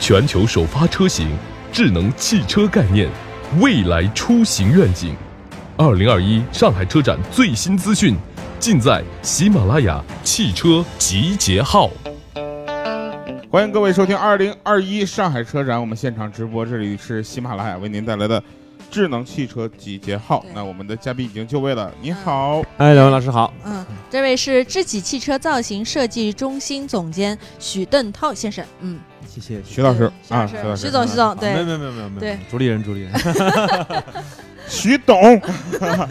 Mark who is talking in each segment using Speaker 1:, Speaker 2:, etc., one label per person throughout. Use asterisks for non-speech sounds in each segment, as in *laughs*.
Speaker 1: 全球首发车型智能汽车概念，未来出行愿景。二零二一上海车展最新资讯，尽在喜马拉雅汽车集结号。
Speaker 2: 欢迎各位收听二零二一上海车展，我们现场直播，这里是喜马拉雅为您带来的智能汽车集结号
Speaker 3: 对。
Speaker 2: 那我们的嘉宾已经就位了，你好，
Speaker 4: 哎，两位老师好。
Speaker 3: 嗯，这位是知己汽车造型设计中心总监许邓涛先生。嗯，
Speaker 4: 谢谢啊
Speaker 2: 徐老师
Speaker 3: 徐
Speaker 2: 啊，
Speaker 3: 老
Speaker 2: 徐
Speaker 3: 师
Speaker 2: 老师，
Speaker 3: 徐总，徐总，
Speaker 4: 没有
Speaker 3: 对，
Speaker 4: 没有没有没有没有，
Speaker 3: 对
Speaker 4: 主理人主理 *laughs* 人，
Speaker 2: 徐董。 *laughs*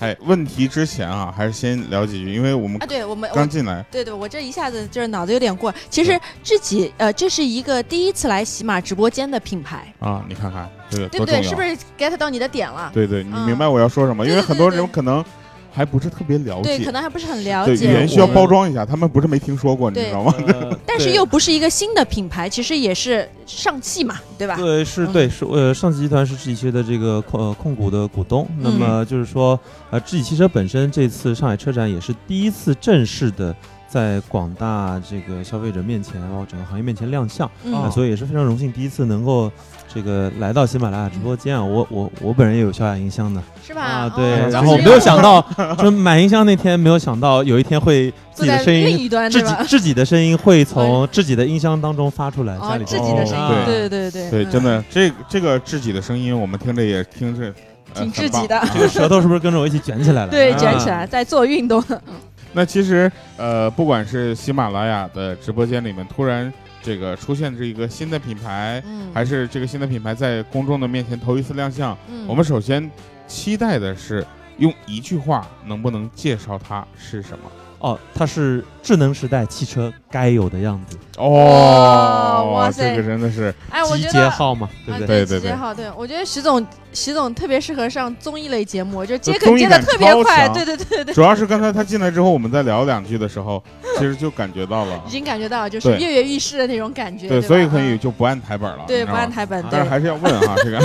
Speaker 2: 哎，问题之前啊，还是先聊几句，因为我们
Speaker 3: 啊，对我们，
Speaker 2: 刚
Speaker 3: 我
Speaker 2: 进来，
Speaker 3: 对对，我这一下子就是脑子有点过。其实知己，呃，这是一个第一次来喜马直播间的品牌，
Speaker 2: 啊，你看看这个
Speaker 3: 对
Speaker 2: 多
Speaker 3: 不
Speaker 2: 重
Speaker 3: 对？是不
Speaker 2: 要。
Speaker 3: 是 get 到你的点了？
Speaker 2: 对对，你
Speaker 3: 嗯
Speaker 2: 明白我要说什么？因为
Speaker 3: 对对
Speaker 2: 很多
Speaker 3: 对
Speaker 2: 人
Speaker 3: 对
Speaker 2: 可能还不是特别了
Speaker 3: 对，
Speaker 2: 解
Speaker 3: 可，能还不是很了
Speaker 2: 对
Speaker 3: 解。
Speaker 2: 语言需要
Speaker 3: 对
Speaker 2: 包装一下，他们不是没听说过，你
Speaker 3: 对
Speaker 2: 知道吗？
Speaker 4: 呃
Speaker 3: 但是又不是一个新的品牌，其实也是上汽嘛，对吧？
Speaker 4: 对是
Speaker 3: 嗯
Speaker 4: 对是呃上汽集团是智己汽车的这个控呃控股的股东，
Speaker 3: 嗯
Speaker 4: 那么就是说呃智己汽车本身这次上海车展也是第一次正式的在广大这个消费者面前，包括整个行业面前亮相，
Speaker 3: 嗯
Speaker 4: 啊、
Speaker 2: 哦
Speaker 4: 所以也是非常荣幸第一次能够这个来到喜马拉雅直播间啊，我我我本人也有小雅音箱的
Speaker 3: 是吧？
Speaker 4: 啊
Speaker 3: 哦
Speaker 4: 对，
Speaker 2: 嗯
Speaker 4: 然后
Speaker 3: 就是
Speaker 4: 没有
Speaker 3: 要
Speaker 4: 想到说买音箱那天没有想到有一天会
Speaker 3: 坐
Speaker 4: 自己
Speaker 3: 在
Speaker 4: 的声音
Speaker 3: 另一端，
Speaker 4: 自
Speaker 3: 对
Speaker 4: 己
Speaker 3: 吧？哎
Speaker 4: 自己的声音会从自己的音箱当中发出来，家
Speaker 3: 哦，
Speaker 4: 里
Speaker 3: 自己的声
Speaker 2: 哦
Speaker 3: 音，对对对
Speaker 2: 对，
Speaker 3: 嗯
Speaker 2: 真的，这这个自己的声音，我们听着也听着呃
Speaker 3: 挺
Speaker 2: 很
Speaker 3: 知
Speaker 2: 棒
Speaker 3: 己的
Speaker 4: 这个哦舌头是不是跟着我一起卷起来了？
Speaker 3: 对
Speaker 2: 啊
Speaker 3: 卷起来，在做运动。
Speaker 2: 那其实呃，不管是喜马拉雅的直播间里面突然这个出现这一个新的品牌，
Speaker 3: 嗯
Speaker 2: 还是这个新的品牌在公众的面前头一次亮相，
Speaker 3: 嗯
Speaker 2: 我们首先期待的是用一句话能不能介绍它是什么？
Speaker 4: 哦，它是智能时代汽车该有的样子，
Speaker 3: 哦哇塞
Speaker 2: 这个真的是
Speaker 3: 哎，我
Speaker 4: 集
Speaker 3: 觉
Speaker 4: 结
Speaker 3: 得。
Speaker 4: 号嘛，对
Speaker 3: 啊
Speaker 4: 不对？
Speaker 2: 对对
Speaker 3: 集
Speaker 2: 对
Speaker 3: 结号对，我觉得徐总，徐总特别适合上综艺类节目，就接
Speaker 2: 综
Speaker 3: 梗
Speaker 2: 艺
Speaker 3: 接的
Speaker 2: 感
Speaker 3: 特别
Speaker 2: 超
Speaker 3: 快，
Speaker 2: 强
Speaker 3: 对对
Speaker 2: *laughs*
Speaker 3: 对对，
Speaker 2: 主要是刚才他进来之后，我们在聊两句的时候，其实就感觉到
Speaker 3: *laughs*
Speaker 2: 了
Speaker 3: 已，经感觉到就是
Speaker 2: 对
Speaker 3: 跃跃欲试的那种感觉，
Speaker 2: 对，
Speaker 3: 吧
Speaker 2: 所以嗯可以
Speaker 3: 嗯
Speaker 2: 就不按台本了，你
Speaker 3: 对
Speaker 2: 知道
Speaker 3: 不
Speaker 2: 吗
Speaker 3: 按台本，
Speaker 4: 啊
Speaker 3: 对
Speaker 2: 但是还是要问啊，
Speaker 3: *laughs*
Speaker 2: 这个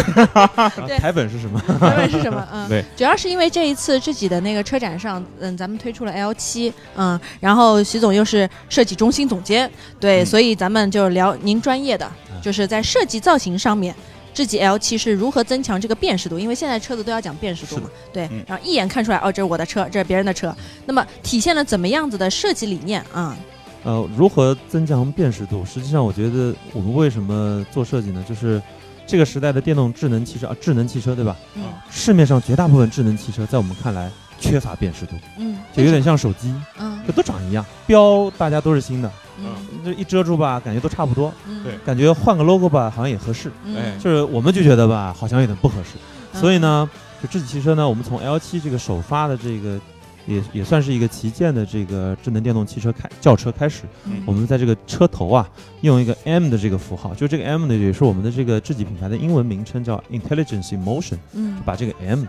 Speaker 4: 啊
Speaker 3: 对
Speaker 4: 台本是什么？ *laughs*
Speaker 3: 台本是什么？嗯，
Speaker 2: 对，
Speaker 3: 主要是因为这一次自己的那个车展上，嗯，咱们推出了 L 七，嗯，然后徐总又是设计中心总监，对，
Speaker 2: 嗯
Speaker 3: 所以咱们就聊您专业的
Speaker 4: 嗯，
Speaker 3: 就是在设计造型上面。自己 L 七是如何增强这个辨识度？因为现在车子都要讲辨识度嘛，对
Speaker 2: 嗯，
Speaker 3: 然后一眼看出来，哦，这是我的车，这是别人的车。那么体现了怎么样子的设计理念啊？
Speaker 4: 呃，如何增强辨识度？实际上，我觉得我们为什么做设计呢？就是这个时代的电动智能汽车啊，智能汽车对吧？
Speaker 3: 嗯
Speaker 4: 市面上绝大部分智能汽车，在我们看来缺乏辨识度，
Speaker 3: 嗯，
Speaker 4: 就有点像手机，
Speaker 3: 嗯
Speaker 4: 就都长一样，标大家都是新的，
Speaker 3: 嗯
Speaker 4: 这一遮住吧，感觉都差不多，
Speaker 3: 嗯，
Speaker 2: 对
Speaker 4: 感觉换个 logo 吧，好像也合适。
Speaker 3: 嗯
Speaker 2: 哎
Speaker 4: 就是我们就觉得吧，好像有点不合适。
Speaker 3: 嗯
Speaker 4: 所以呢，就智己汽车呢，我们从 L 7这个首发的这个，也也算是一个旗舰的这个智能电动汽车开轿车开始，
Speaker 3: 嗯
Speaker 4: 我们在这个车头啊，用一个 M 的这个符号，就这个 M 呢，也是我们的这个智己品牌的英文名称叫 Intelligence in Motion，
Speaker 3: 嗯
Speaker 4: 把这个 M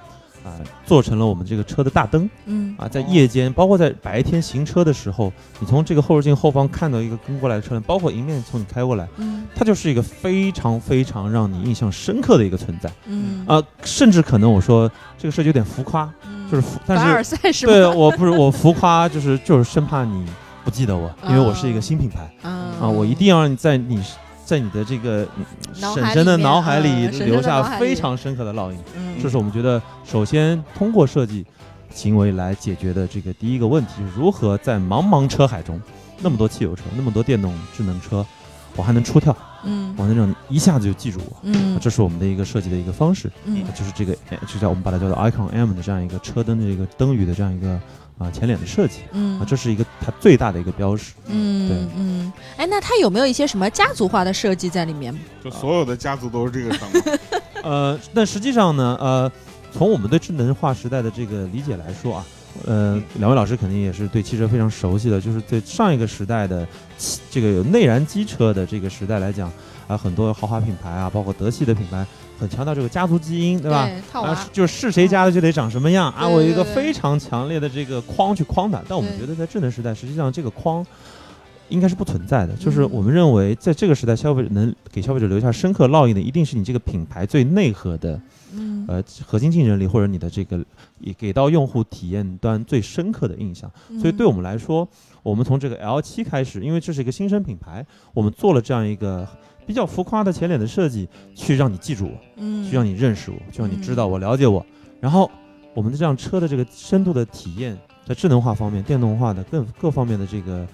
Speaker 4: 啊、做成了我们这个车的大灯。
Speaker 3: 嗯
Speaker 4: 啊，在夜间，包括在白天行车的时候，你从这个后视镜后方看到一个跟过来的车辆，包括迎面从你开过来，
Speaker 3: 嗯
Speaker 4: 它就是一个非常非常让你印象深刻的一个存在
Speaker 3: 嗯
Speaker 4: 啊、甚至可能我说这个设计有点浮夸，
Speaker 3: 嗯
Speaker 4: 就是浮，
Speaker 3: 凡
Speaker 4: 但
Speaker 3: 尔
Speaker 4: 是
Speaker 3: 赛是吧？
Speaker 4: 对我不是我浮夸，就是就是生怕你不记得我，
Speaker 3: 嗯
Speaker 4: 因为我是一个新品牌
Speaker 3: 啊
Speaker 4: 啊，我一定要让你在你在你的这个
Speaker 3: 脑
Speaker 4: 婶
Speaker 3: 海
Speaker 4: 婶的
Speaker 3: 里面
Speaker 4: 脑海里
Speaker 3: 啊婶婶的
Speaker 4: 留
Speaker 3: 脑
Speaker 4: 下
Speaker 3: 海
Speaker 4: 非
Speaker 3: 里
Speaker 4: 常深刻的烙印。
Speaker 3: 嗯
Speaker 4: 这是我们觉得首先通过设计行为来解决的这个第一个问题，就是如何在茫茫车海中，那么多汽油车，那么多电动智能车，我还能出跳，
Speaker 3: 嗯
Speaker 4: 我能让你一下子就记住我。
Speaker 3: 嗯
Speaker 4: 这是我们的一个设计的一个方式，
Speaker 3: 嗯
Speaker 4: 就是这个，呃就叫我们把它叫做 Icon M 的这样一个车灯的这个灯语的这样一个啊、前脸的设计啊、
Speaker 3: 嗯
Speaker 4: 这是一个它最大的一个标识。
Speaker 3: 嗯嗯，哎，那它有没有一些什么家族化的设计在里面？
Speaker 2: 就所有的家族都是这个灯嘛，
Speaker 4: 呃，但实际上呢，呃，从我们对智能化时代的这个理解来说啊，呃，两位老师肯定也是对汽车非常熟悉的，就是对上一个时代的汽这个有内燃机车的这个时代来讲啊，很多豪华品牌啊，包括德系的品牌，很强调这个家族基因，对吧？？
Speaker 3: 套
Speaker 4: 啊，
Speaker 3: 娃
Speaker 4: 是，就是是谁家的就得长什么样啊！
Speaker 3: 对
Speaker 4: 我有一个
Speaker 3: 嗯对对
Speaker 4: 非常强烈的这个框去框它，但我们
Speaker 3: 对
Speaker 4: 觉得在智能时代，实际上这个框应该是不存在的。就是
Speaker 3: 嗯
Speaker 4: 我们认为，在这个时代，消费者能给消费者留下深刻烙印的，一定是你这个品牌最内核的
Speaker 3: 嗯
Speaker 4: 呃核心竞争力，或者你的这个也给到用户体验端最深刻的印象。
Speaker 3: 嗯
Speaker 4: 所以对我们来说，我们从这个 L 7开始，因为这是一个新生品牌，我们做了这样一个比较浮夸的前脸的设计，去让你记住我，
Speaker 3: 嗯，
Speaker 4: 去让你认识我，去让你知道我、了解我。然后我们的这辆车的这个深度的体验，在智能化方面、电动化的各各方面的这个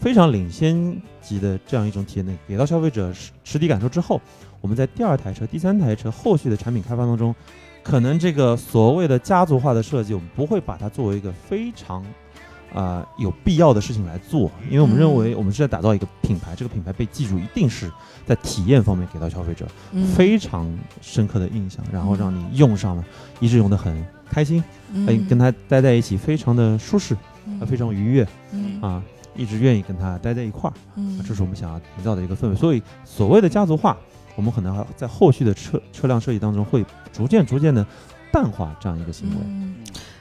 Speaker 4: 非常领先级的这样一种体验呢，给到消费者实实体感受之后，我们在第二台车、第三台车后续的产品开发当中，可能这个所谓的家族化的设计，我们不会把它作为一个非常。啊、有必要的事情来做，因为我们认为我们是在打造一个品牌，这个品牌被记住，一定是在体验方面给到消费者
Speaker 3: 嗯
Speaker 4: 非常深刻的印象，然后让你用上了，一直用得很开心，哎，
Speaker 3: 嗯
Speaker 4: 跟他待在一起非常的舒适，
Speaker 3: 嗯
Speaker 4: 呃非常愉悦
Speaker 3: 嗯
Speaker 4: 啊，一直愿意跟他待在一块儿，啊
Speaker 3: 嗯
Speaker 4: 这是我们想要营造的一个氛围。所以所谓的家族化，我们可能还在后续的车车辆设计当中会逐渐逐渐的淡化这样一个行为。
Speaker 3: 嗯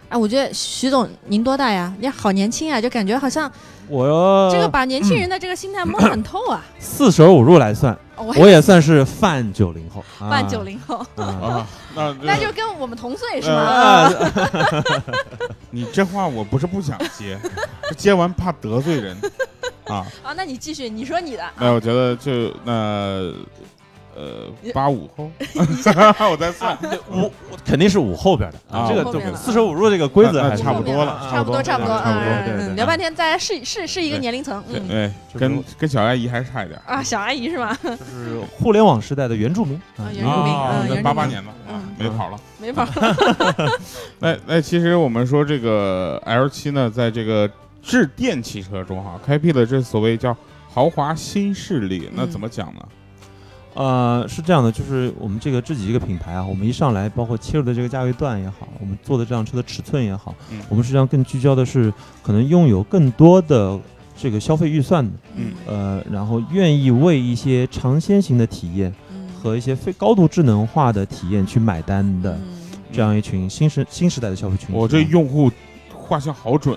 Speaker 3: 哎，我觉得徐总您多大呀？你好年轻啊，就感觉好像
Speaker 4: 我
Speaker 3: 这个把年轻人的这个心态摸得很透
Speaker 4: *clears throat*
Speaker 3: 啊。
Speaker 4: 四舍五入来
Speaker 3: *laughs*
Speaker 4: 算，
Speaker 3: 哦我
Speaker 4: 我也算是泛九零后，啊
Speaker 3: 办九零后，
Speaker 4: *laughs* 啊，
Speaker 2: 啊，那这
Speaker 3: 那就跟我们同岁是
Speaker 2: 呃
Speaker 3: 吗？
Speaker 4: 啊
Speaker 2: 你这话我不是不想接，接完怕得罪
Speaker 3: *laughs*
Speaker 2: 人啊。
Speaker 3: 啊，那你继续，你说你的，
Speaker 4: 哎
Speaker 2: 那我觉得就那呃八五
Speaker 3: *laughs*
Speaker 2: 后， *laughs* 我在
Speaker 3: 啊
Speaker 2: 算
Speaker 4: 五肯定是五后边的
Speaker 2: 啊，
Speaker 4: 这个
Speaker 3: 后面了
Speaker 4: 四舍五入这个规
Speaker 2: 那
Speaker 4: 则
Speaker 2: 那
Speaker 4: 还是
Speaker 2: 差不多了
Speaker 3: 啊差不多，差不多，
Speaker 4: 差不多，对
Speaker 3: 嗯，
Speaker 4: 对
Speaker 3: 聊
Speaker 4: 对。
Speaker 3: 半天，再来试试是一个年龄层，
Speaker 2: 对
Speaker 3: 嗯，
Speaker 2: 哎，
Speaker 4: 嗯
Speaker 2: 跟跟小阿姨还是差一点
Speaker 3: 啊，小阿姨是吧？
Speaker 4: 就是互联网时代的原住民
Speaker 3: 啊原住民
Speaker 2: 啊
Speaker 3: 嗯，原住民
Speaker 2: 八八年的啊
Speaker 3: 嗯，
Speaker 2: 没跑了。
Speaker 3: *laughs* 没法儿，
Speaker 2: 那那其实我们说这个 L 七呢，在这个智电汽车中哈，开辟了这所谓叫豪华新势力。那
Speaker 3: 嗯
Speaker 2: 怎么讲呢？
Speaker 4: 呃，是这样的，就是我们这个自己一个品牌啊，我们一上来包括切入的这个价位段也好，我们做的这辆车的尺寸也好，
Speaker 2: 嗯
Speaker 4: 我们实际上更聚焦的是可能拥有更多的这个消费预算的，
Speaker 2: 嗯
Speaker 4: 呃，然后愿意为一些尝鲜型的体验
Speaker 3: 嗯
Speaker 4: 和一些非高度智能化的体验去买单的
Speaker 3: 嗯
Speaker 4: 这样一群新时新时代的消费群体啊。
Speaker 2: 我这用户画像好准，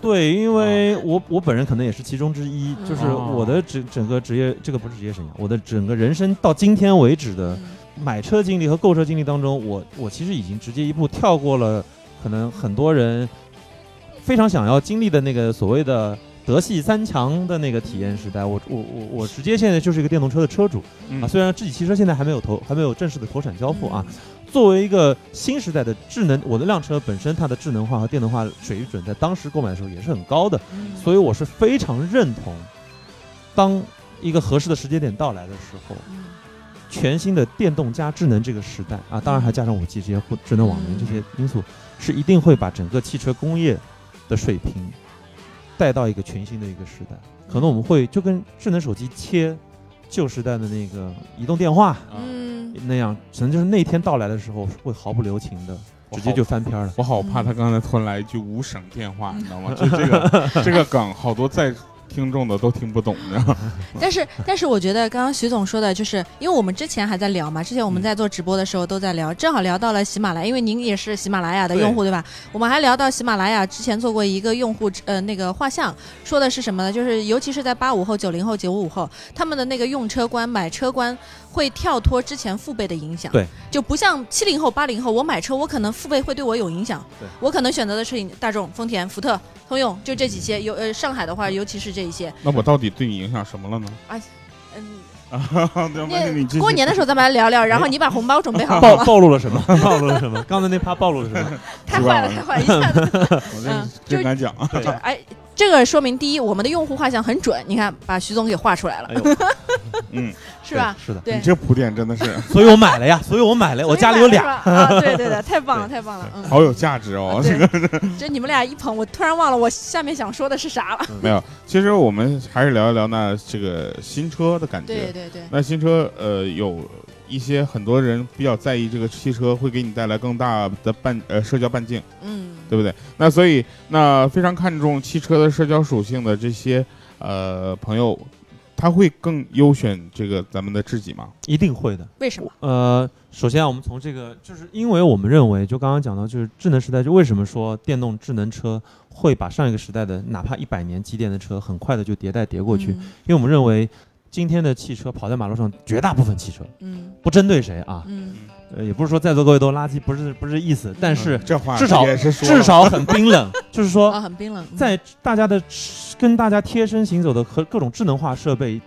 Speaker 4: 对，因为我我本人可能也是其中之一，
Speaker 3: 嗯
Speaker 4: 就是
Speaker 2: 哦
Speaker 4: 我的整整个职业，这个不是职业生涯，我的整个人生到今天为止的
Speaker 3: 嗯
Speaker 4: 买车经历和购车经历当中，我我其实已经直接一步跳过了，可能很多人非常想要经历的那个所谓的德系三强的那个体验时代，我我我我直接现在就是一个电动车的车主
Speaker 2: 嗯
Speaker 4: 啊，虽然自己汽车现在还没有投，还没有正式的投产交付啊，作为一个新时代的智能，我的辆车本身它的智能化和电动化水准，在当时购买的时候也是很高的，
Speaker 3: 嗯，
Speaker 4: 所以我是非常认同，当一个合适的时间点到来的时候，
Speaker 3: 嗯
Speaker 4: 全新的电动加智能这个时代啊，当然还加上五 G 这些互智能网
Speaker 3: 嗯
Speaker 4: 联这些因素，是一定会把整个汽车工业的水平带到一个全新的一个时代。可能我们会就跟智能手机切旧时代的那个移动电话
Speaker 2: 啊
Speaker 3: 嗯，
Speaker 4: 那样，可能就是那天到来的时候会毫不留情的直接就翻篇 *laughs* 了。
Speaker 2: 我好嗯怕他刚才突然来一句无省电话，你知道吗？就这个这个梗，好多在听众的都听不懂，你知道吗？
Speaker 3: 但是但是我觉得刚刚徐总说的，就是因为我们之前还在聊嘛，之前我们在做直播的时候都在聊，正好聊到了喜马拉雅，因为您也是喜马拉雅的用户对吧？我们还聊到喜马拉雅之前做过一个用户呃那个画像，说的是什么呢？就是尤其是在八五后、九零后、九五后，他们的那个用车观、买车观会跳脱之前父辈的影响，
Speaker 4: 对，
Speaker 3: 就不像七零后、八零后，我买车我可能父辈会对我有影响
Speaker 4: 对，
Speaker 3: 我可能选择的是大众、丰田、福特、通用，就这几些，有呃上海的话，尤其是这一些，
Speaker 2: *laughs* 那我到底对你影响什么了呢？ *laughs*
Speaker 3: 嗯。
Speaker 2: 啊，对那你继续
Speaker 3: 过年的时候咱们来聊聊，
Speaker 4: 哎
Speaker 3: 然后你把红包准备
Speaker 4: *laughs*
Speaker 3: 好
Speaker 4: 暴
Speaker 3: 了吗？
Speaker 4: 暴露了什么？暴露了什么？刚才那趴暴露了什 *laughs* 么？
Speaker 3: 太坏了，太坏了，一下子
Speaker 2: 我
Speaker 3: 嗯
Speaker 2: 这真敢讲啊！
Speaker 4: 对
Speaker 3: 就哎，这个说明第一，我们的用户画像很准，你看把徐总给画出来了，
Speaker 4: 哎呦，
Speaker 2: 嗯，
Speaker 3: 是吧？
Speaker 4: 是的，
Speaker 3: 对
Speaker 2: 你，这铺垫真的是
Speaker 4: 所以我买了呀，所以我买了，我家里有
Speaker 3: 明白
Speaker 4: 俩。
Speaker 3: 了是吧啊，对对对，太棒了，太棒了，嗯，
Speaker 2: 好有价值哦
Speaker 3: 啊。
Speaker 2: *laughs* 这
Speaker 3: 对
Speaker 2: 个
Speaker 3: 这你们俩一捧，我突然忘了我下面想说的是啥了。
Speaker 2: 没有，其实我们还是聊一聊那这个新车的感觉。
Speaker 3: 对对对，
Speaker 2: 那新车呃有一些很多人比较在意这个汽车会给你带来更大的半呃社交半径，
Speaker 3: 嗯，
Speaker 2: 对不对？那所以那非常看重汽车的社交属性的这些呃朋友，他会更优选这个咱们的智己吗？
Speaker 4: 一定会的。
Speaker 3: 为什么？
Speaker 4: 呃，首先啊，我们从这个，就是因为我们认为，就刚刚讲到，就是智能时代，就为什么说电动智能车会把上一个时代的哪怕一百年积淀的车，很快的就迭代迭过去，因
Speaker 3: 嗯，
Speaker 4: 为我们认为今天的汽车跑在马路上，绝大部分汽车
Speaker 3: 嗯
Speaker 4: 不针对谁啊，
Speaker 3: 嗯
Speaker 4: 呃，也不是说在座各位都垃圾，不是不是意思，但是
Speaker 2: 嗯这话
Speaker 4: 至少
Speaker 2: 也是说了
Speaker 4: 至少很冰
Speaker 2: *laughs*
Speaker 4: 冷，就是说
Speaker 3: 啊，很冰冷，嗯
Speaker 4: 在大家的跟大家贴身行走的和各种智能化设备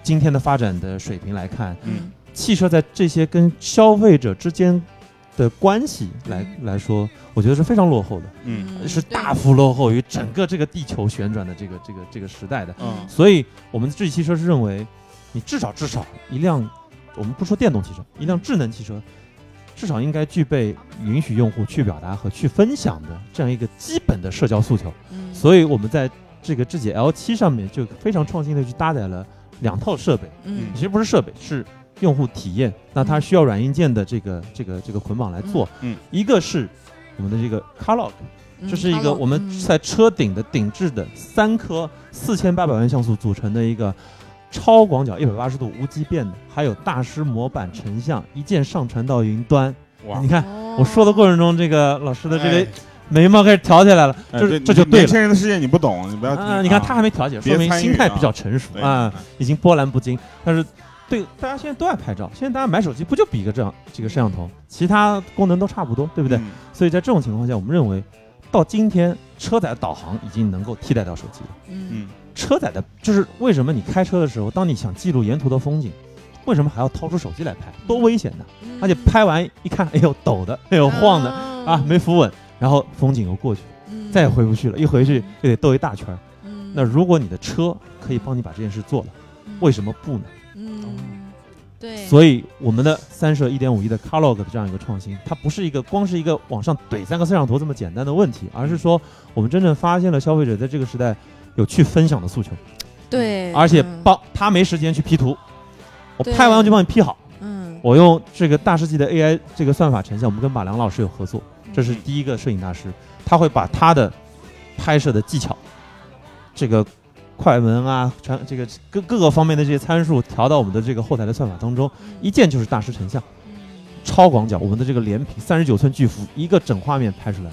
Speaker 4: 今天的发展的水平来看，
Speaker 2: 嗯
Speaker 4: 汽车在这些跟消费者之间的关系来来说，我觉得是非常落后的，
Speaker 2: 嗯
Speaker 4: 是大幅落后于整个这个地球旋转的这个这个这个时代的。
Speaker 2: 嗯
Speaker 4: 所以我们这汽车是认为，你至少至少一辆，我们不说电动汽车，一辆智能汽车，至少应该具备允许用户去表达和去分享的这样一个基本的社交诉求。
Speaker 3: 嗯，
Speaker 4: 所以我们在这个智己 L 7上面就非常创新的去搭载了两套设备，
Speaker 3: 嗯
Speaker 4: 其实不是设备，是用户体验。那它需要软硬件的这个这个这个捆绑来做。
Speaker 2: 嗯嗯
Speaker 4: 一个是我们的这个 Carlog，
Speaker 3: 嗯
Speaker 4: 这是一个
Speaker 3: Hello，
Speaker 4: 我们
Speaker 3: 嗯
Speaker 4: 在车顶的顶置的三颗四千八百万像素组成的一个超广角一百八十度无畸变的，还有大师模板成像，一键上传到云端。
Speaker 2: 哇
Speaker 4: 嗯你，看
Speaker 3: 哦
Speaker 4: 我说的过程中，这个老师的这
Speaker 2: 哎
Speaker 4: 个眉毛开始挑起来了，
Speaker 2: 哎
Speaker 4: 就是
Speaker 2: 你
Speaker 4: 这就对
Speaker 2: 年
Speaker 4: 了。
Speaker 2: 轻人的世界你不懂，你不要听
Speaker 4: 啊，
Speaker 2: 啊。
Speaker 4: 你看他还没调节，
Speaker 2: 别
Speaker 4: 说明
Speaker 2: 参与
Speaker 4: 心态
Speaker 2: 啊
Speaker 4: 比较成熟
Speaker 2: 对嗯
Speaker 4: 啊，已经波澜不惊。但是对大家现在都爱拍照，现在大家买手机不就比一个这样这个摄像头，其他功能都差不多，对不对？
Speaker 2: 嗯
Speaker 4: 所以在这种情况下，我们认为到今天车载导航已经能够替代掉手机了。
Speaker 3: 嗯
Speaker 2: 嗯
Speaker 4: 车载的，就是为什么你开车的时候，当你想记录沿途的风景，为什么还要掏出手机来拍？多危险呐！
Speaker 3: 嗯
Speaker 4: 而且拍完一看，哎呦抖的，哎呦晃的
Speaker 3: 哦
Speaker 4: 啊，没扶稳，然后风景又过去，再
Speaker 3: 嗯
Speaker 4: 也回不去了，一回去又得兜一大圈儿。那如果你的车可以帮你把这件事做了，为什么不呢？
Speaker 3: 嗯对，以
Speaker 4: 所以我们的三摄一点五亿的 Carlog 的这样一个创新，它不是一个光是一个往上怼三个摄像头这么简单的问题，而
Speaker 3: 嗯
Speaker 4: 是说我们真正发现了消费者在这个时代有去分享的诉求，
Speaker 3: 对，
Speaker 4: 而且
Speaker 3: 嗯
Speaker 4: 帮他没时间去 P 图，我
Speaker 3: 对
Speaker 4: 拍完我就帮你 P 好，
Speaker 3: 嗯，
Speaker 4: 我用这个大师级的 AI 这个算法成像，我们跟马良老师有合作，
Speaker 3: 嗯
Speaker 4: 这是第一个摄影大师，他会把他的拍摄的技巧，这个快门啊，传这个各各个方面的这些参数调到我们的这个后台的算法当中，
Speaker 3: 嗯
Speaker 4: 一键就是大师成像，超广角，我们的这个连屏三十九寸巨幅，一个整画面拍出来，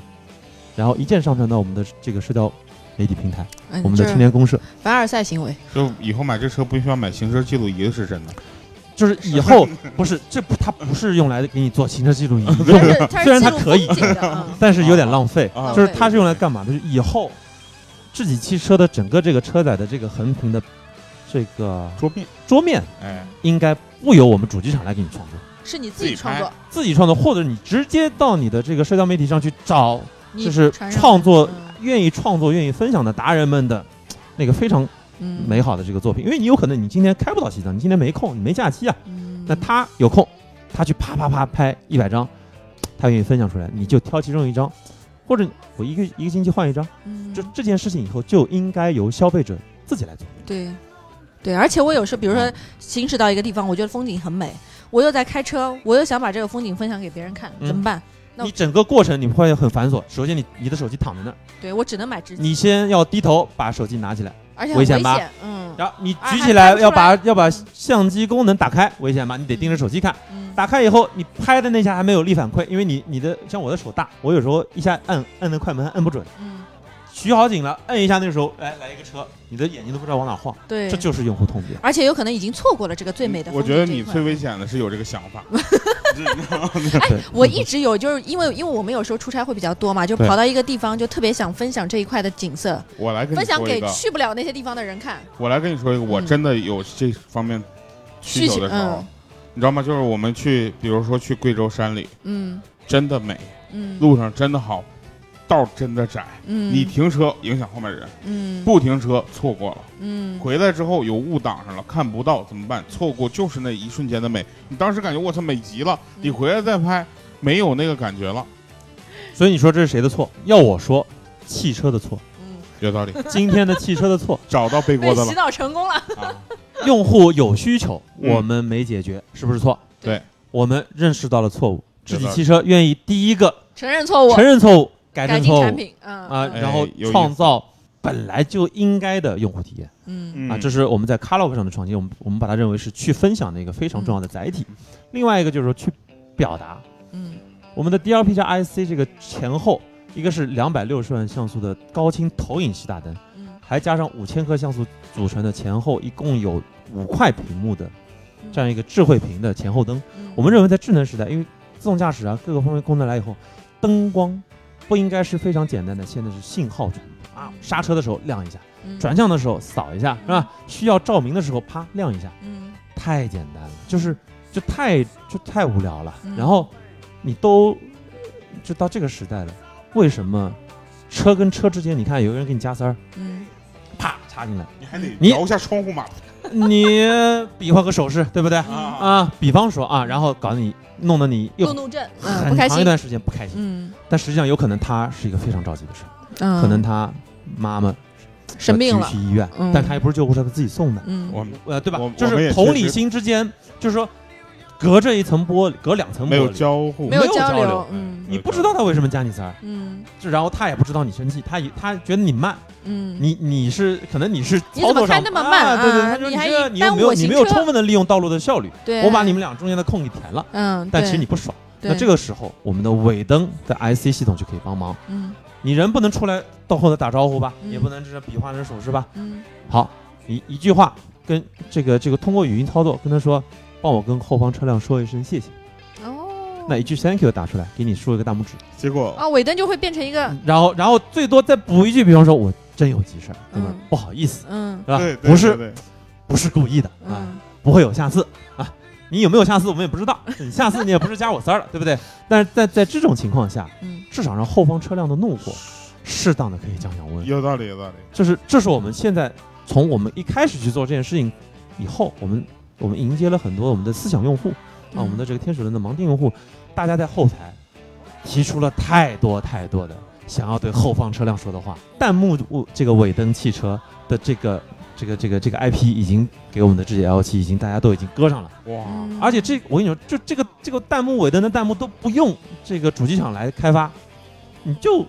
Speaker 4: 然后一键上传到我们的这个社交媒体平台，
Speaker 3: 嗯
Speaker 4: 我们
Speaker 3: 就
Speaker 4: 的
Speaker 3: 是
Speaker 4: 青年公社，
Speaker 3: 凡尔赛行
Speaker 4: *laughs*
Speaker 3: 为，
Speaker 2: 就以后买这车不需要买行车记录仪是真的。
Speaker 4: 就是以后不是这不它不是用来给你做行车记录仪
Speaker 3: 它
Speaker 4: 用
Speaker 3: 是
Speaker 4: 的，
Speaker 3: 它
Speaker 4: 虽然它
Speaker 3: 是
Speaker 4: 可以
Speaker 3: 记录，风景的， *laughs* 嗯
Speaker 4: 但是有点浪费。
Speaker 2: 啊
Speaker 4: 就是它是用来干嘛的？就是以后自己汽车的整个这个车载的这个横屏的这个
Speaker 2: 桌面，
Speaker 4: 桌面，
Speaker 2: 哎，
Speaker 4: 应该不由我们主机厂来给你创作，
Speaker 3: 是你自己创作，
Speaker 4: 自己创作，或者你直接到你的这个社交媒体上去找
Speaker 3: 你
Speaker 4: 就是
Speaker 3: 传上
Speaker 4: 创作
Speaker 3: 去
Speaker 4: 愿意创作、愿意分享的达人们的那个非常
Speaker 3: 嗯，
Speaker 4: 美好的这个作品。因为你有可能你今天开不到西藏，你今天没空，你没假期啊。
Speaker 3: 嗯，
Speaker 4: 那他有空，他去啪啪啪拍一百张，他愿意分享出来，你就挑其中一张，或者我一个一个星期换一张。
Speaker 3: 嗯
Speaker 4: 就这件事情以后就应该由消费者自己来做。
Speaker 3: 对，对，而且我有时候，比如说
Speaker 4: 嗯
Speaker 3: 行驶到一个地方，我觉得风景很美，我又在开车，我又想把这个风景分享给别人看，
Speaker 4: 嗯
Speaker 3: 怎么办？那
Speaker 4: 你整个过程你会发现很繁琐。首先你，你的手机躺在那儿，
Speaker 3: 对我只能买直机，
Speaker 4: 你先要低头把手机拿起来，
Speaker 3: 而且很危
Speaker 4: 危险吧
Speaker 3: 险，嗯
Speaker 4: 然后你
Speaker 3: 哎还
Speaker 4: 举起
Speaker 3: 看
Speaker 4: 来
Speaker 3: 不
Speaker 4: 要
Speaker 3: 出
Speaker 4: 把
Speaker 3: 来
Speaker 4: 要把
Speaker 3: 嗯
Speaker 4: 相机功能打开，危险吧？你得盯着手机看。
Speaker 3: 嗯，
Speaker 4: 打开以后，你拍的那下还没有力反馈，因为你你的像我的手大，我有时候一下按按的快门还按不准，
Speaker 3: 嗯，
Speaker 4: 取好景了按一下，那个时候哎来一个车，你的眼睛都不知道往哪晃，
Speaker 3: 对，
Speaker 4: 这就是用户痛点。
Speaker 3: 而且有可能已经错过了这个最美的风
Speaker 2: 我
Speaker 3: 景这
Speaker 2: 觉
Speaker 3: 一
Speaker 2: 得你
Speaker 3: 块。
Speaker 2: 最危险的是有这个想
Speaker 3: *laughs*
Speaker 2: 法。
Speaker 4: 对，
Speaker 3: 哎我一直有，就是因为因为我们有时候出差会比较多嘛，就
Speaker 4: 嗯对
Speaker 3: 跑到一个地方，就特别想分享这一块的景色，
Speaker 2: 我来跟你
Speaker 3: 分享
Speaker 2: 说一
Speaker 3: 给
Speaker 2: 个，
Speaker 3: 去不了那些地方的人看。
Speaker 2: 我来跟你说一个，我
Speaker 3: 嗯
Speaker 2: 真的有这方面需求的时候
Speaker 3: 嗯，
Speaker 2: 你知道吗？就是我们去，比如说去贵州山里，
Speaker 3: 嗯
Speaker 2: 真的美，
Speaker 3: 嗯，
Speaker 2: 路上真的好，道儿真的窄，
Speaker 3: 嗯，
Speaker 2: 你停车影响后面人，
Speaker 3: 嗯
Speaker 2: 不停车错过了，
Speaker 3: 嗯
Speaker 2: 回来之后有雾挡上了，看不到怎么办？错过就是那一瞬间的美，你当时感觉我操美极了，
Speaker 3: 嗯
Speaker 2: 你回来再拍没有那个感觉了，
Speaker 4: 所以你说这是谁的错？要我说，汽车的
Speaker 3: *laughs*
Speaker 4: 错。
Speaker 3: 嗯，
Speaker 2: 有道理，
Speaker 4: 今天的汽车的错， *laughs*
Speaker 2: 找到背锅
Speaker 3: 被
Speaker 2: 的
Speaker 3: 洗
Speaker 2: 了
Speaker 3: 脑成功了。 *laughs*
Speaker 2: 啊！
Speaker 4: 用户有需求，
Speaker 2: 嗯
Speaker 4: 我们没解决，
Speaker 3: 嗯
Speaker 4: 是不是错？
Speaker 2: 对，
Speaker 4: 我们认识到了错误，
Speaker 2: 对
Speaker 4: 智
Speaker 2: 的
Speaker 4: 己汽车愿意第一个
Speaker 3: 承认错误，
Speaker 4: 承认错误，改
Speaker 3: 改
Speaker 4: 正
Speaker 3: 进
Speaker 4: 错
Speaker 3: 产
Speaker 4: 误
Speaker 3: 品，嗯
Speaker 4: 啊，
Speaker 2: 哎
Speaker 4: 然后
Speaker 2: 有意思
Speaker 4: 创造本来就应该的用户体验
Speaker 3: 嗯
Speaker 2: 嗯
Speaker 4: 啊，这是我们在 Carlog 上的创新，我们我们把它认为是去分享的一个非常重要的载体。另外一个就是说去表达，
Speaker 3: 嗯
Speaker 4: 我们的 DLP 加 IC 这个前后，一个是两百六十万像素的高清投影系大灯。
Speaker 3: 嗯
Speaker 4: 还加上五千颗像素组成的前后一共有五块屏幕的
Speaker 3: 嗯，
Speaker 4: 这样一个智慧屏的前后灯。
Speaker 3: 嗯
Speaker 4: 我们认为在智能时代，因为自动驾驶啊各个方面功能来以后，灯光不应该是非常简单的，现在是信号传递，啊，刹车的时候亮一下，
Speaker 3: 嗯
Speaker 4: 转向的时候扫一下，是吧？需要照明的时候啪亮一下，
Speaker 3: 嗯
Speaker 4: 太简单了，就是就太就太无聊了。
Speaker 3: 嗯
Speaker 4: 然后你都就到这个时代了，为什么车跟车之间，你看有个人给你加塞儿，
Speaker 3: 嗯
Speaker 4: 啪插进来，
Speaker 2: 你还得
Speaker 4: 你
Speaker 2: 摇一下窗户嘛
Speaker 4: 你比划个手势，对不对？
Speaker 3: 嗯
Speaker 2: 啊！
Speaker 4: 啊，比方说啊，然后搞得你弄得你又
Speaker 3: 路怒症，嗯，不
Speaker 4: 很
Speaker 3: 开
Speaker 4: 长一
Speaker 3: 心，
Speaker 4: 段时间不开心，
Speaker 3: 嗯
Speaker 4: 但实际上有可能他是一个非常着急的事儿，
Speaker 3: 嗯，
Speaker 4: 可能他妈妈
Speaker 3: 生病了
Speaker 4: 去，医院，
Speaker 3: 嗯
Speaker 4: 但他也不是救护车，他自己送的，
Speaker 3: 嗯
Speaker 2: 我们
Speaker 4: 呃，对吧
Speaker 2: 我？
Speaker 4: 就
Speaker 2: 我们也确
Speaker 4: 是同理
Speaker 2: 实
Speaker 4: 心之间，就是说隔着一层玻璃，隔两层玻璃，
Speaker 2: 没有交互，
Speaker 3: 没
Speaker 4: 有
Speaker 3: 交
Speaker 4: 交
Speaker 3: 流
Speaker 4: 流，
Speaker 3: 嗯
Speaker 4: 你不知道他为什么加你塞儿，
Speaker 3: 嗯
Speaker 4: 就然后他也不知道你生气，他也他觉得你慢，
Speaker 3: 嗯，
Speaker 4: 你你是可能你是
Speaker 3: 你怎
Speaker 4: 操
Speaker 3: 么
Speaker 4: 作
Speaker 3: 开
Speaker 4: 上
Speaker 3: 那么慢
Speaker 4: 啊对对，
Speaker 3: 啊
Speaker 4: 他说
Speaker 3: 你
Speaker 4: 你
Speaker 3: 还
Speaker 4: 这个你
Speaker 3: 耽
Speaker 4: 又
Speaker 3: 误
Speaker 4: 没有
Speaker 3: 我
Speaker 4: 你
Speaker 3: 行
Speaker 4: 没有
Speaker 3: 车
Speaker 4: 充分的利用道路的效率，
Speaker 3: 对，
Speaker 4: 我把你们俩中间的空给填了，
Speaker 3: 嗯，
Speaker 4: 但
Speaker 3: 对
Speaker 4: 其实你不爽。那
Speaker 3: 对
Speaker 4: 这个时候，我们的尾灯的 IC 系统就可以帮忙。
Speaker 3: 嗯
Speaker 4: 你人不能出来到后头打招呼吧，
Speaker 3: 嗯
Speaker 4: 也不能这是比划人手势吧。
Speaker 3: 嗯
Speaker 4: 好，你一句话跟这个这个通过语音操作跟他说，帮我跟后方车辆说一声谢谢。
Speaker 3: 哦，
Speaker 4: 那一句 Thank you 打出来，给你竖一个大拇指，
Speaker 2: 结果
Speaker 3: 啊，尾灯就会变成一个
Speaker 4: 然后然后最多再补一句，比方说我真有急事儿，哥们儿
Speaker 3: 嗯
Speaker 4: 不好意思，
Speaker 3: 嗯
Speaker 4: 是吧
Speaker 2: 对？对
Speaker 4: 啊不是
Speaker 2: 对对
Speaker 4: 不是故意的啊，
Speaker 3: 嗯
Speaker 4: 不会有下次啊。你有没有下次我们也不知道， *laughs* 你下次你也不是加我三儿了，对不对？但是在在这种情况下，
Speaker 3: 嗯
Speaker 4: 至少让后方车辆的怒火适当的可以降降温，
Speaker 2: 有道理有道理。
Speaker 4: 这是这是我们现在从我们一开始去做这件事情以后，我们我们迎接了很多我们的思想用户啊，我们
Speaker 3: 嗯
Speaker 4: 的这个天使轮的盲定用户，大家在后台提出了太多太多的想要对后方车辆说的话。弹幕我这个尾灯汽车的这个这个这个这个 IP 已经给我们的智己 L 7已经大家都已经搁上了，
Speaker 2: 哇，
Speaker 3: 嗯
Speaker 4: 而且这我跟你说，就这个这个弹幕尾灯的弹幕都不用这个主机厂来开发，你就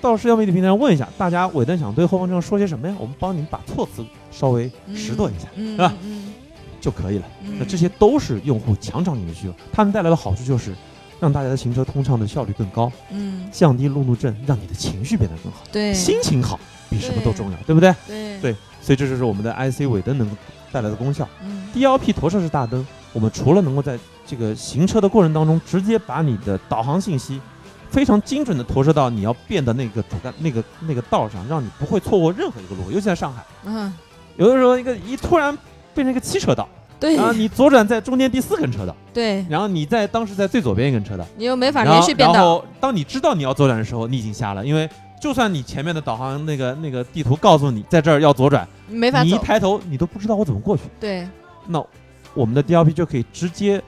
Speaker 4: 到社交媒体平台上问一下，大家尾灯想对后方车辆说些什么呀？我们帮你们把措辞稍微拾掇一下、
Speaker 3: 嗯
Speaker 4: 是吧
Speaker 3: 嗯
Speaker 4: 就可以了。
Speaker 3: 嗯，
Speaker 4: 那这些都是用户强场景的需求，他们带来的好处就是让大家的行车通畅的效率更高，
Speaker 3: 嗯
Speaker 4: 降低路怒症，让你的情绪变得更好，
Speaker 3: 对
Speaker 4: 心情好比什么都重要，对不对？
Speaker 3: 对
Speaker 4: 对所以这就是我们的 IC 尾灯能够带来的功效。
Speaker 3: 嗯
Speaker 4: DLP 投射式大灯，我们除了能够在这个行车的过程当中，直接把你的导航信息非常精准的投射到你要变的那个主干、那个那个道上，让你不会错过任何一个路口。尤其在上海，
Speaker 3: 嗯
Speaker 4: 有的时候一个一突然变成一个七车道，
Speaker 3: 对
Speaker 4: 然后你左转在中间第四根车道，
Speaker 3: 对，
Speaker 4: 然后你在当时在最左边一根车道，
Speaker 3: 你又没法
Speaker 4: 然
Speaker 3: 连
Speaker 4: 后
Speaker 3: 续变
Speaker 4: 然
Speaker 3: 道，
Speaker 4: 后当你知道你要左转的时候，你已经瞎了，因为就算你前面的导航那个那个地图告诉你在这儿要左转，
Speaker 3: 你没法
Speaker 4: 你一
Speaker 3: 走，
Speaker 4: 抬头你都不知道我怎么过去。
Speaker 3: 对，
Speaker 4: 那我们的 DLP 就可以直接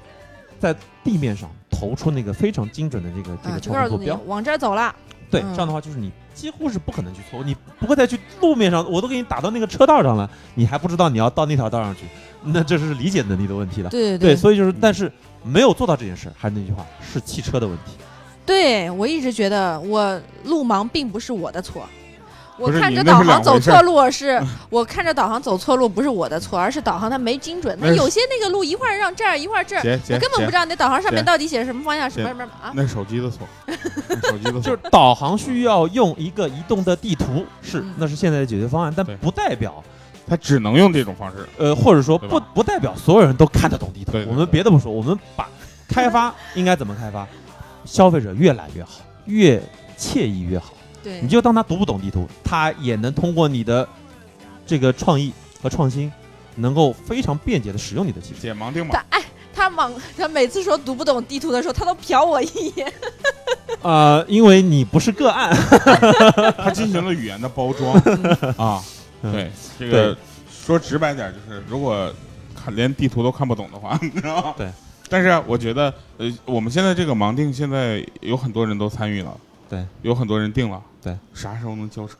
Speaker 4: 在地面上投出那个非常精准的这个这
Speaker 3: 啊，
Speaker 4: 个
Speaker 3: 就
Speaker 4: 超
Speaker 3: 告
Speaker 4: 声
Speaker 3: 诉
Speaker 4: 坐
Speaker 3: 你
Speaker 4: 标。
Speaker 3: 往这儿走了，
Speaker 4: 对，
Speaker 3: 嗯
Speaker 4: 这样的话就是你几乎是不可能去错，你不会再去路面上，我都给你打到那个车道上了，你还不知道你要到那条道上去，那这是理解能力的问题了。
Speaker 3: 对
Speaker 4: 对，
Speaker 3: 对
Speaker 4: 所以就是，但是没有做到这件事，还是那句话，是汽车的问
Speaker 3: 嗯
Speaker 4: 题。
Speaker 3: 对，我一直觉得我路盲并不是我的错。我
Speaker 2: 不是
Speaker 3: 看
Speaker 2: 你
Speaker 3: 着
Speaker 2: 那
Speaker 3: 导
Speaker 2: 是
Speaker 3: 航
Speaker 2: 两
Speaker 3: 走
Speaker 2: 回事
Speaker 3: 错路是， *laughs* 我看着导航走错路不是我的错，而是导航它没精准。那
Speaker 2: 那是
Speaker 3: 有些那个路一会儿让这儿，一会儿这儿，
Speaker 2: 姐
Speaker 3: 我
Speaker 2: 姐
Speaker 3: 根本不
Speaker 2: 姐，
Speaker 3: 知道你导航上面
Speaker 2: 姐
Speaker 3: 到底写什么方向，什
Speaker 2: 姐
Speaker 3: 么什么啊？
Speaker 2: 那是手机的错，那是手机
Speaker 3: *laughs*
Speaker 2: 的错
Speaker 4: 就是导航需要用一个移动的地图，是
Speaker 3: 嗯
Speaker 4: 那是现在的解决方案，但
Speaker 2: 对
Speaker 4: 不代表
Speaker 2: 他只能用这种方式。
Speaker 4: 呃，或者说
Speaker 2: 对
Speaker 4: 不
Speaker 2: 吧
Speaker 4: 不代表所有人都看得懂地图。
Speaker 2: 对对
Speaker 4: 我们
Speaker 2: 对
Speaker 4: 别的不说，我们
Speaker 2: *laughs*
Speaker 4: 把开发应该怎么开发，消费者越来越好，越惬意越好。
Speaker 3: 对，
Speaker 4: 你就当他读不懂地图，他也能通过你的这个创意和创新，能够非常便捷的使用你
Speaker 2: *laughs*
Speaker 4: 的技术。
Speaker 2: 姐盲定盲
Speaker 3: 但哎，他忙，他每次说读不懂地图的时候，他都瞟我一眼。
Speaker 4: 呃，因为你不是个
Speaker 2: *laughs*
Speaker 4: 案，
Speaker 2: 他进行了语言的包装啊。
Speaker 4: 嗯
Speaker 2: 对，这个说直白点儿就是，如果看连地图都看不懂的话，你 *laughs* 知道吗？
Speaker 4: 对。
Speaker 2: 但是啊我觉得，呃，我们现在这个盲定现在有很多人都参与了，
Speaker 4: 对，
Speaker 2: 有很多人定了，
Speaker 4: 对，
Speaker 2: 啥时候能交车？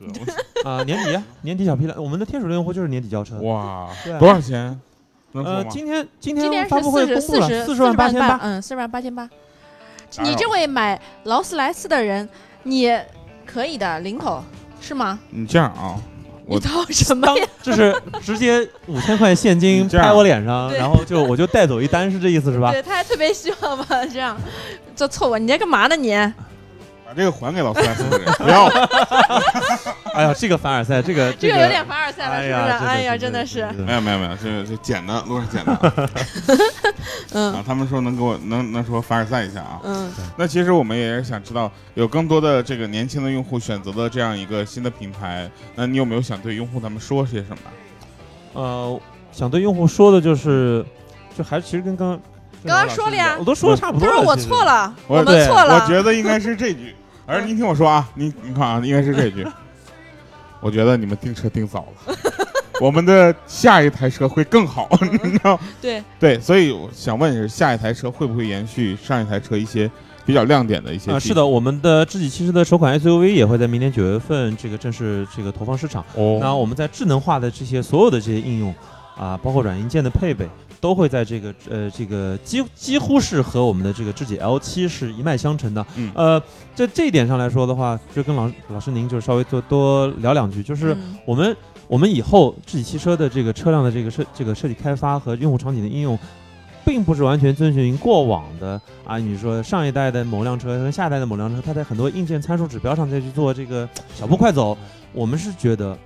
Speaker 4: 啊、年底啊，年底小批量，我们的天使轮用户就是年底交车。 *laughs*
Speaker 2: 哇
Speaker 4: 对啊，
Speaker 2: 多少钱？能说
Speaker 4: 呃，
Speaker 2: 吗？
Speaker 4: 今天今
Speaker 3: 今天
Speaker 4: 天
Speaker 3: 是
Speaker 4: 发布会
Speaker 3: 四十
Speaker 4: 公布
Speaker 3: 四
Speaker 4: 了
Speaker 3: 十
Speaker 4: 四
Speaker 3: 十
Speaker 4: 万八
Speaker 3: 八嗯
Speaker 4: 千八，
Speaker 3: 嗯，四十万八千八。
Speaker 2: 打扰
Speaker 3: 你这位买劳斯莱斯的人，你可以的，领口是吗？
Speaker 2: 你这样啊，
Speaker 3: 你
Speaker 2: 我
Speaker 3: 掏什么
Speaker 4: 当
Speaker 3: 呀？
Speaker 4: 就是直接五千块现金
Speaker 2: 你这样
Speaker 4: 拍我脸上，
Speaker 3: 对
Speaker 4: 然后就我就带走一单，是这意思是吧？
Speaker 3: 对，他还特别希望吧，这样就凑合。你在干嘛呢你？
Speaker 2: 把这个还给老三
Speaker 4: *laughs*
Speaker 2: 夫人，不要。
Speaker 4: 哎呀，这个凡尔赛，这
Speaker 3: *laughs*
Speaker 4: 个
Speaker 3: 这
Speaker 4: 个
Speaker 3: 个有点凡尔赛了，
Speaker 4: 哎
Speaker 3: 是
Speaker 4: 呀
Speaker 3: 不 *laughs* 是？哎呀，
Speaker 4: 真
Speaker 3: 真
Speaker 4: 的
Speaker 3: 的
Speaker 4: 是
Speaker 3: 是，
Speaker 4: 真
Speaker 2: 没
Speaker 4: 的是
Speaker 2: 有没有没有，这这简单，路上简单啊。
Speaker 3: 嗯
Speaker 2: 啊他们说能给我能能说凡尔赛一下啊。
Speaker 3: 嗯
Speaker 2: 那其实我们也是想知道，有更多的这个年轻的用户选择了这样一个新的品牌，那你有没有想对用户他们说些什么？
Speaker 4: 呃，想对用户说的就是，就还其实跟刚
Speaker 3: 刚刚说了呀
Speaker 4: 我都说的差不
Speaker 3: 他
Speaker 4: 多了。
Speaker 3: 说我
Speaker 4: 其实
Speaker 3: 错，了，
Speaker 2: 我
Speaker 3: 我们错
Speaker 2: 我
Speaker 3: 了，
Speaker 2: 觉得应该是这句。而您听我说啊，你你看啊，应该是这句。我觉得你们订车订早了， *laughs* 我们的下一台车会更好， *laughs* 你知道？
Speaker 3: 对，
Speaker 2: 对，所以我想问是下一台车会不会延续上一台车一些比较亮点的一些？
Speaker 4: 啊、是的，，我们的智己汽车的首款 SUV 也会在明年九月份这个正式这个投放市场。
Speaker 2: 哦，
Speaker 4: 那我们在智能化的这些所有的这些应用啊，包括软硬件的配备，都会在这个呃这个几几乎是和我们的这个智己 L 7是一脉相承的。
Speaker 2: 嗯
Speaker 4: 呃，在这一点上来说的话，就跟老老师您就是稍微多多聊两句，就是
Speaker 3: 嗯
Speaker 4: 我们我们以后智己汽车的这个车辆的这个设这个设计开发和用户场景的应用，并不是完全遵循过往的啊，你说上一代的某辆车和下一代的某辆车，它在很多硬件参数指标上再去做这个小步快走。我们是觉得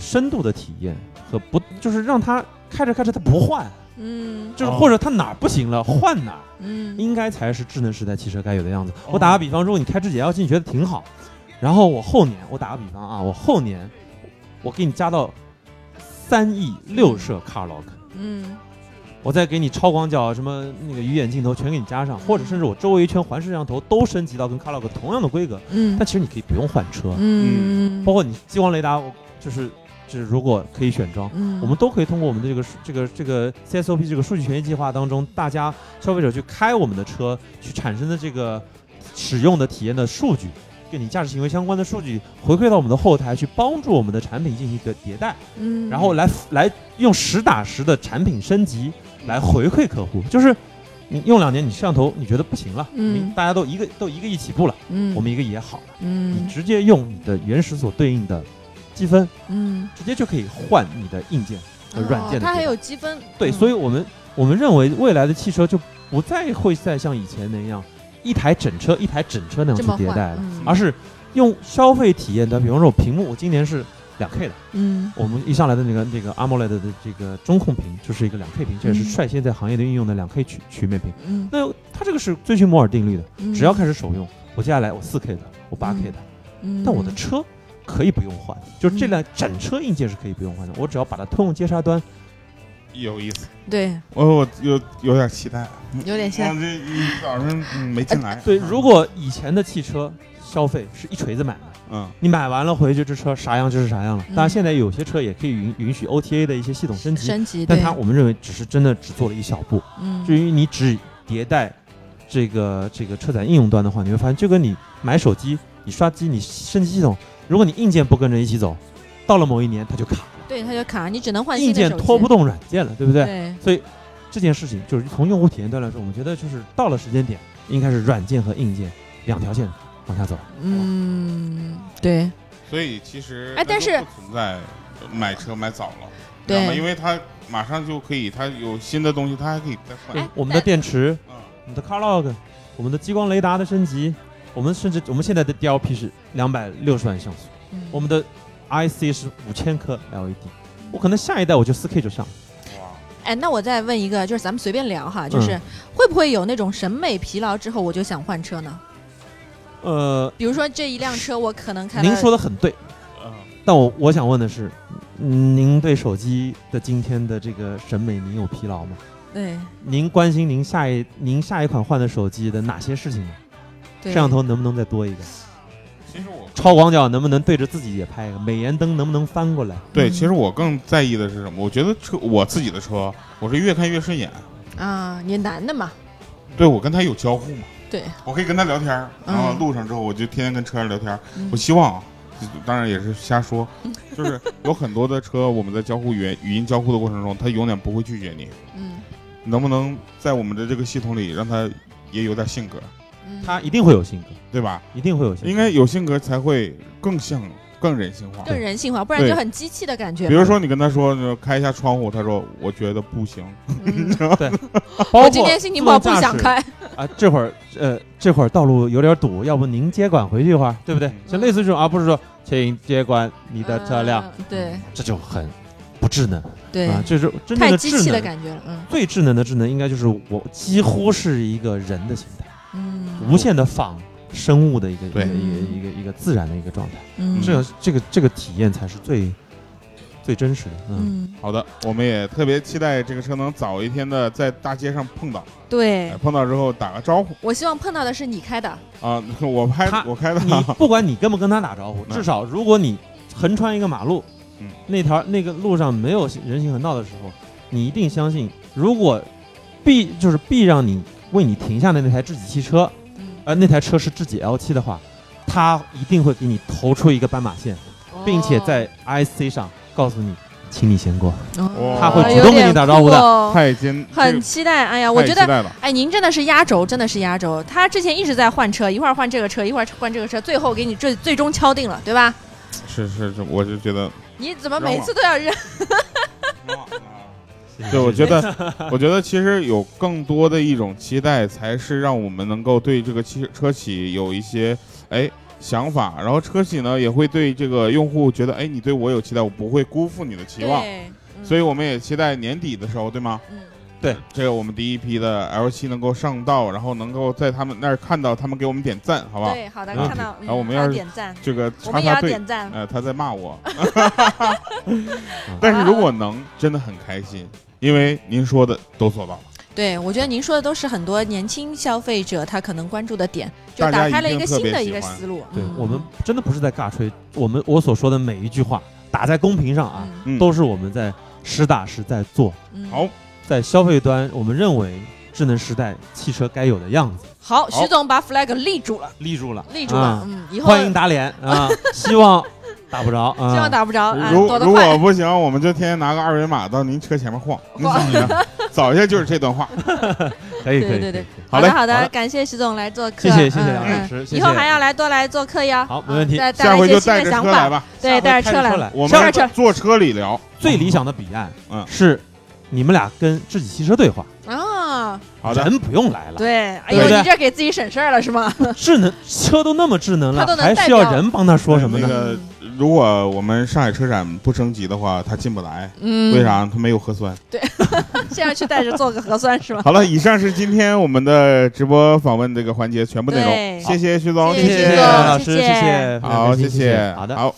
Speaker 4: 深度的体验和不就是让它开着开着它不换，
Speaker 3: 嗯
Speaker 4: 就是
Speaker 2: 哦
Speaker 4: 或者它哪儿不行了换哪儿，
Speaker 3: 嗯
Speaker 4: 应该才是智能时代汽车该有的样子。
Speaker 2: 哦
Speaker 4: 我打个比方，如果你开智己 L 七，你觉得挺好，然后我后年，我打个比方啊，我后年我给你加到三亿六摄 car lock，
Speaker 3: 嗯
Speaker 4: 我再给你超广角什么那个鱼眼镜头全给你加上，或者甚至我周围一圈环视摄像头都升级到跟 car lock 同样的规格，
Speaker 3: 嗯
Speaker 4: 但其实你可以不用换车，
Speaker 3: 嗯，
Speaker 4: 包括你激光雷达，我就是就是如果可以选装。
Speaker 3: 嗯
Speaker 4: 我们都可以通过我们的这个数这个这个 CSOP 这个数据权益计划当中，大家消费者去开我们的车去产生的这个使用的体验的数据，跟你驾驶行为相关的数据回馈到我们的后台，去帮助我们的产品进行一个迭代，
Speaker 3: 嗯
Speaker 4: 然后来来用实打实的产品升级来回馈客户，就是。你用两年，你摄像头你觉得不行了，
Speaker 3: 嗯
Speaker 4: 你大家都一个都一个亿起步了，
Speaker 3: 嗯
Speaker 4: 我们一个亿也好了，你
Speaker 3: 嗯
Speaker 4: 直接用你的原始所对应的积分，
Speaker 3: 嗯
Speaker 4: 直接就可以换你的硬件和软件的迭代、
Speaker 3: 哦它还有积分，嗯
Speaker 4: 对，所以我们我们认为未来的汽车就不再会再像以前那样一台整车一台整车那样
Speaker 3: 这
Speaker 4: 去
Speaker 3: 么
Speaker 4: 迭
Speaker 3: 换
Speaker 4: 代了，
Speaker 3: 嗯
Speaker 4: 而是用消费体验的，比方说我屏幕，我今年是两 K 的，
Speaker 3: 嗯
Speaker 4: 我们一上来的那个这个 AMOLED 的这个中控屏就是一个两 K 屏，这也是
Speaker 3: 嗯
Speaker 4: 率先在行业的应用的两 K 曲曲面屏。
Speaker 3: 嗯，
Speaker 4: 那它这个是遵循摩尔定律的，
Speaker 3: 嗯
Speaker 4: 只要开始首用，我接下来我四 K 的，我八 K 的，
Speaker 3: 嗯
Speaker 4: 但我的车可以不用换，就是这辆整车硬件是可以不用换的，我只要把它通用接沙端
Speaker 2: 有意思。哦
Speaker 3: 对
Speaker 2: 我我有有点期待，
Speaker 3: 有点
Speaker 2: 我
Speaker 3: 像，
Speaker 2: 这一早上嗯没进来。
Speaker 4: 呃对，如果以前的汽车消费是一锤子买的，
Speaker 2: 嗯
Speaker 4: 你买完了回去这车啥样就是啥样了。
Speaker 3: 嗯
Speaker 4: 当然，现在有些车也可以允允许 OTA 的一些系统升级，
Speaker 3: 升级，
Speaker 4: 但
Speaker 3: 对
Speaker 4: 它我们认为只是真的只做了一小步。
Speaker 3: 嗯
Speaker 4: 至于你只迭代这个这个车载应用端的话，你会发现就跟你买手机、你刷机、你升级系统，如果你硬件不跟着一起走，到了某一年它就卡了，
Speaker 3: 对它就卡，你只能换新
Speaker 4: 硬
Speaker 3: 的
Speaker 4: 件
Speaker 3: 手机
Speaker 4: 拖不动软件了，对不对？
Speaker 3: 对，
Speaker 4: 这件事情就是从用户体验端来说，我们觉得就是到了时间点，应该是软件和硬件两条线往下走。
Speaker 3: 嗯对，
Speaker 2: 所以其实
Speaker 3: 哎但是
Speaker 2: 不存在买车买早了，
Speaker 3: 对
Speaker 2: 知道吗因为它马上就可以，它有新的东西，它还可以再换。
Speaker 3: 哎
Speaker 4: 我们的电池、
Speaker 2: 嗯，
Speaker 4: 我们的 Car Log、我们的激光雷达的升级，我们甚至我们现在的 DLP 是两百六十万像素，
Speaker 3: 嗯
Speaker 4: 我们的 IC 是五千颗 LED。我可能下一代我就四 K 就上了，
Speaker 2: 哇，
Speaker 3: 哎，那我再问一个，就是咱们随便聊哈，就是
Speaker 4: 嗯
Speaker 3: 会不会有那种审美疲劳之后我就想换车呢？
Speaker 4: 呃，
Speaker 3: 比如说这一辆车我可能开了，
Speaker 4: 您说的很对，
Speaker 2: 嗯，
Speaker 4: 但我我想问的是，嗯您对手机的今天的这个审美，您有疲劳吗？
Speaker 3: 对
Speaker 4: 您关心您下一您下一款换的手机的哪些事情吗？
Speaker 3: 对
Speaker 4: 摄像头能不能再多一个？
Speaker 2: 其实我
Speaker 4: 超广角能不能对着自己也拍一个？美颜灯能不能翻过来？
Speaker 2: 对，
Speaker 3: 嗯
Speaker 2: 其实我更在意的是什么？我觉得车我自己的车，我是越看越顺眼，
Speaker 3: 啊，你男的嘛，
Speaker 2: 对我跟它有交互嘛，
Speaker 3: 对，
Speaker 2: 我可以跟它聊天儿，
Speaker 3: 嗯
Speaker 2: 然后路上之后我就天天跟车上聊天儿。
Speaker 3: 嗯
Speaker 2: 我希望啊，当然也是瞎说，就是有很多的车，我们在交互语言语音交互的过程中，它永远不会拒绝你。
Speaker 3: 嗯
Speaker 2: 能不能在我们的这个系统里让它也有点性格，
Speaker 3: 嗯，
Speaker 4: 它一定会有性格，
Speaker 2: 对吧？
Speaker 4: 一定会有性格。
Speaker 2: 应该有性格才会更像更人性化。
Speaker 3: 更人性化，不然
Speaker 2: 对
Speaker 3: 就很机器的感觉
Speaker 2: 比。如说你跟他说呃开一下窗户，他说我觉得不行，
Speaker 3: 嗯
Speaker 4: *laughs* 包括
Speaker 3: 我今天心情不好，
Speaker 4: 自
Speaker 3: 不
Speaker 4: 动驾
Speaker 3: 想。
Speaker 4: 驶
Speaker 3: 开。
Speaker 4: 啊，这会儿呃这会儿道路有点堵，要不您接管回去一会儿，对不对
Speaker 2: 嗯？
Speaker 4: 像类似这种啊，不是说请接管你的车辆，
Speaker 3: 嗯，对
Speaker 4: 这就很不智能
Speaker 3: 对，
Speaker 4: 啊，这是真正
Speaker 3: 太
Speaker 4: 的
Speaker 3: 机
Speaker 4: 智
Speaker 3: 器的
Speaker 4: 能。
Speaker 3: 感觉了，嗯
Speaker 4: 最智能的智能应该就是我几乎是一个人的形态，
Speaker 3: 嗯
Speaker 4: 无限的仿生物的一个一个
Speaker 2: 对
Speaker 4: 一个一个一个自然的一个状态。
Speaker 3: 嗯，
Speaker 4: 这个这个这个体验才是最最真实的。嗯，
Speaker 3: 嗯，
Speaker 2: 好的，我们也特别期待这个车能早一天的在大街上碰到，
Speaker 3: 对
Speaker 4: 啊
Speaker 2: 哎，碰到之后打个招呼
Speaker 3: 我希望碰到的是你开的，
Speaker 2: 啊， *laughs* 我拍
Speaker 4: 他
Speaker 2: 我开的，
Speaker 4: *laughs* 你不管你跟不跟他打招呼，
Speaker 2: 嗯
Speaker 4: 至少如果你横穿一个马路，
Speaker 2: 嗯
Speaker 4: 那条那个路上没有人行横道的时候，你一定相信，如果必就是必让你为你停下的那台智己汽车，
Speaker 3: 嗯，
Speaker 4: 呃，那台车是智己 L 7的话，它一定会给你投出一个斑马线， *laughs* 并且在 IC 上告诉你，请你先过。
Speaker 3: 哦
Speaker 2: 他会
Speaker 3: 哦
Speaker 2: 主
Speaker 3: 有
Speaker 4: 动跟
Speaker 3: 点
Speaker 4: 你打招呼的
Speaker 3: 酷哦
Speaker 2: 太监，
Speaker 3: 很期待。哎呀，
Speaker 2: 这
Speaker 3: 我
Speaker 2: 太
Speaker 3: 觉
Speaker 2: 期
Speaker 3: 得。
Speaker 2: 待了，
Speaker 3: 哎，您真的是压轴，真的是压轴。他之前一直在换车，一会儿换这个车，一会儿换这个车，最后给你最最终敲定了，对吧？
Speaker 2: 是是是，我就觉得，
Speaker 3: 你怎么
Speaker 2: 扔
Speaker 3: 每
Speaker 2: 了
Speaker 3: 次都要扔？
Speaker 2: *laughs*
Speaker 4: *laughs*
Speaker 2: 对，我觉得，我觉得其实有更多的一种期待，才是让我们能够对这个汽车企有一些哎想法，然后车企呢也会对这个用户觉得，哎，你对我有期待，我不会辜负你的期望，
Speaker 3: 对，嗯
Speaker 2: 所以我们也期待年底的时候，对吗？
Speaker 3: 嗯，
Speaker 2: 这个我们第一批的 L 7能够上道，然后能够在他们那儿看到他们给我们点赞，好不好？
Speaker 3: 对，好的，
Speaker 4: 没问
Speaker 3: 看
Speaker 4: 题
Speaker 3: 到，嗯
Speaker 2: 然后我们
Speaker 3: 还
Speaker 2: 要是
Speaker 3: 点赞，
Speaker 2: 这个叉
Speaker 3: 我们也要
Speaker 2: 叉队
Speaker 3: 点，赞。
Speaker 2: 呃，他在骂
Speaker 3: *laughs*
Speaker 2: 我， *laughs* 但是如果能，真的很开心，因为您说的都做到了。
Speaker 3: 对，我觉得您说的都是很多年轻消费者他可能关注的点，就
Speaker 2: 大家
Speaker 3: 打
Speaker 2: 一
Speaker 3: 开了一
Speaker 2: 定
Speaker 3: 个
Speaker 2: 特
Speaker 3: 新
Speaker 2: 别
Speaker 3: 的
Speaker 2: 喜
Speaker 3: 一个
Speaker 2: 欢
Speaker 3: 思路。
Speaker 4: 对
Speaker 3: 嗯
Speaker 4: 我们真的不是在尬吹，我们我所说的每一句话打在公屏上啊，
Speaker 3: 嗯
Speaker 2: 嗯，
Speaker 4: 都是我们在实打实在做，
Speaker 3: 嗯
Speaker 2: 好，
Speaker 4: 在消费端我们认为智能时代汽车该有的样子，
Speaker 3: 好，
Speaker 2: 好
Speaker 3: 徐总把 flag 立住了，
Speaker 4: 立住了，
Speaker 3: 立住了
Speaker 4: 啊。
Speaker 3: 嗯，以后
Speaker 4: 欢迎打脸
Speaker 3: *laughs*
Speaker 4: 啊，希望打不着啊，
Speaker 3: 希望打不着，啊，
Speaker 2: 如
Speaker 3: 躲得
Speaker 2: 如
Speaker 3: 快
Speaker 2: 果。不行，我们就天天拿个二维码到您车前面晃。你
Speaker 3: *laughs* 晃
Speaker 2: 怎么样？早一下就是这段话。
Speaker 4: 可以可
Speaker 3: 对
Speaker 4: 以可以
Speaker 3: 对对
Speaker 4: 可以
Speaker 2: 好
Speaker 3: 好
Speaker 2: 嘞
Speaker 3: 的好
Speaker 2: 好的
Speaker 3: 的，感谢徐总来做客，
Speaker 4: 谢谢谢谢
Speaker 3: 嗯
Speaker 4: 梁
Speaker 3: 嗯
Speaker 4: 老师，谢
Speaker 3: 以
Speaker 4: 谢
Speaker 3: 后还要来多来做客哟。
Speaker 4: 好
Speaker 3: 嗯
Speaker 4: 没问题
Speaker 3: 再带
Speaker 2: 下
Speaker 3: 来
Speaker 2: 回
Speaker 3: 一
Speaker 2: 就
Speaker 3: 些新
Speaker 2: 带
Speaker 3: 的
Speaker 2: 着
Speaker 3: 想
Speaker 2: 车来
Speaker 3: 法。
Speaker 2: 吧，
Speaker 3: 对，带着
Speaker 4: 下
Speaker 3: 车
Speaker 4: 回开车
Speaker 3: 来。
Speaker 4: 来，
Speaker 2: 我
Speaker 3: 上
Speaker 2: 们
Speaker 3: 面车
Speaker 2: 坐车里聊。
Speaker 4: 最理想的彼岸
Speaker 2: 嗯
Speaker 4: 是你们俩跟智己汽车对话，
Speaker 3: 啊，
Speaker 2: 好的，
Speaker 4: 人不用来了，
Speaker 3: 对，哎
Speaker 4: 对不
Speaker 3: 呦，
Speaker 4: 对
Speaker 3: 你这给自己省事儿了是吗？
Speaker 4: 智能车都那么智能
Speaker 3: 它
Speaker 4: 了
Speaker 3: 都，能
Speaker 4: 还
Speaker 3: 带
Speaker 4: 需要
Speaker 3: 掉
Speaker 4: 人帮他说什么
Speaker 2: 那
Speaker 4: 呢？
Speaker 2: 个，如果我们上海车展不升级的话，他进不来。
Speaker 3: 嗯，
Speaker 2: 为？啥？他没有核酸。
Speaker 3: 现在去带着做个核酸是吧？
Speaker 2: 好了，以上是今天我们的直播访问这个环节全部内容。
Speaker 3: 对
Speaker 2: 谢谢徐总，
Speaker 3: 谢谢
Speaker 4: 谢
Speaker 3: 徐
Speaker 4: 梁
Speaker 3: 总
Speaker 4: 老师，
Speaker 3: 谢谢
Speaker 4: 谢谢，非常
Speaker 2: 好，
Speaker 4: 开心
Speaker 2: 谢
Speaker 4: 谢，好的。
Speaker 2: 好，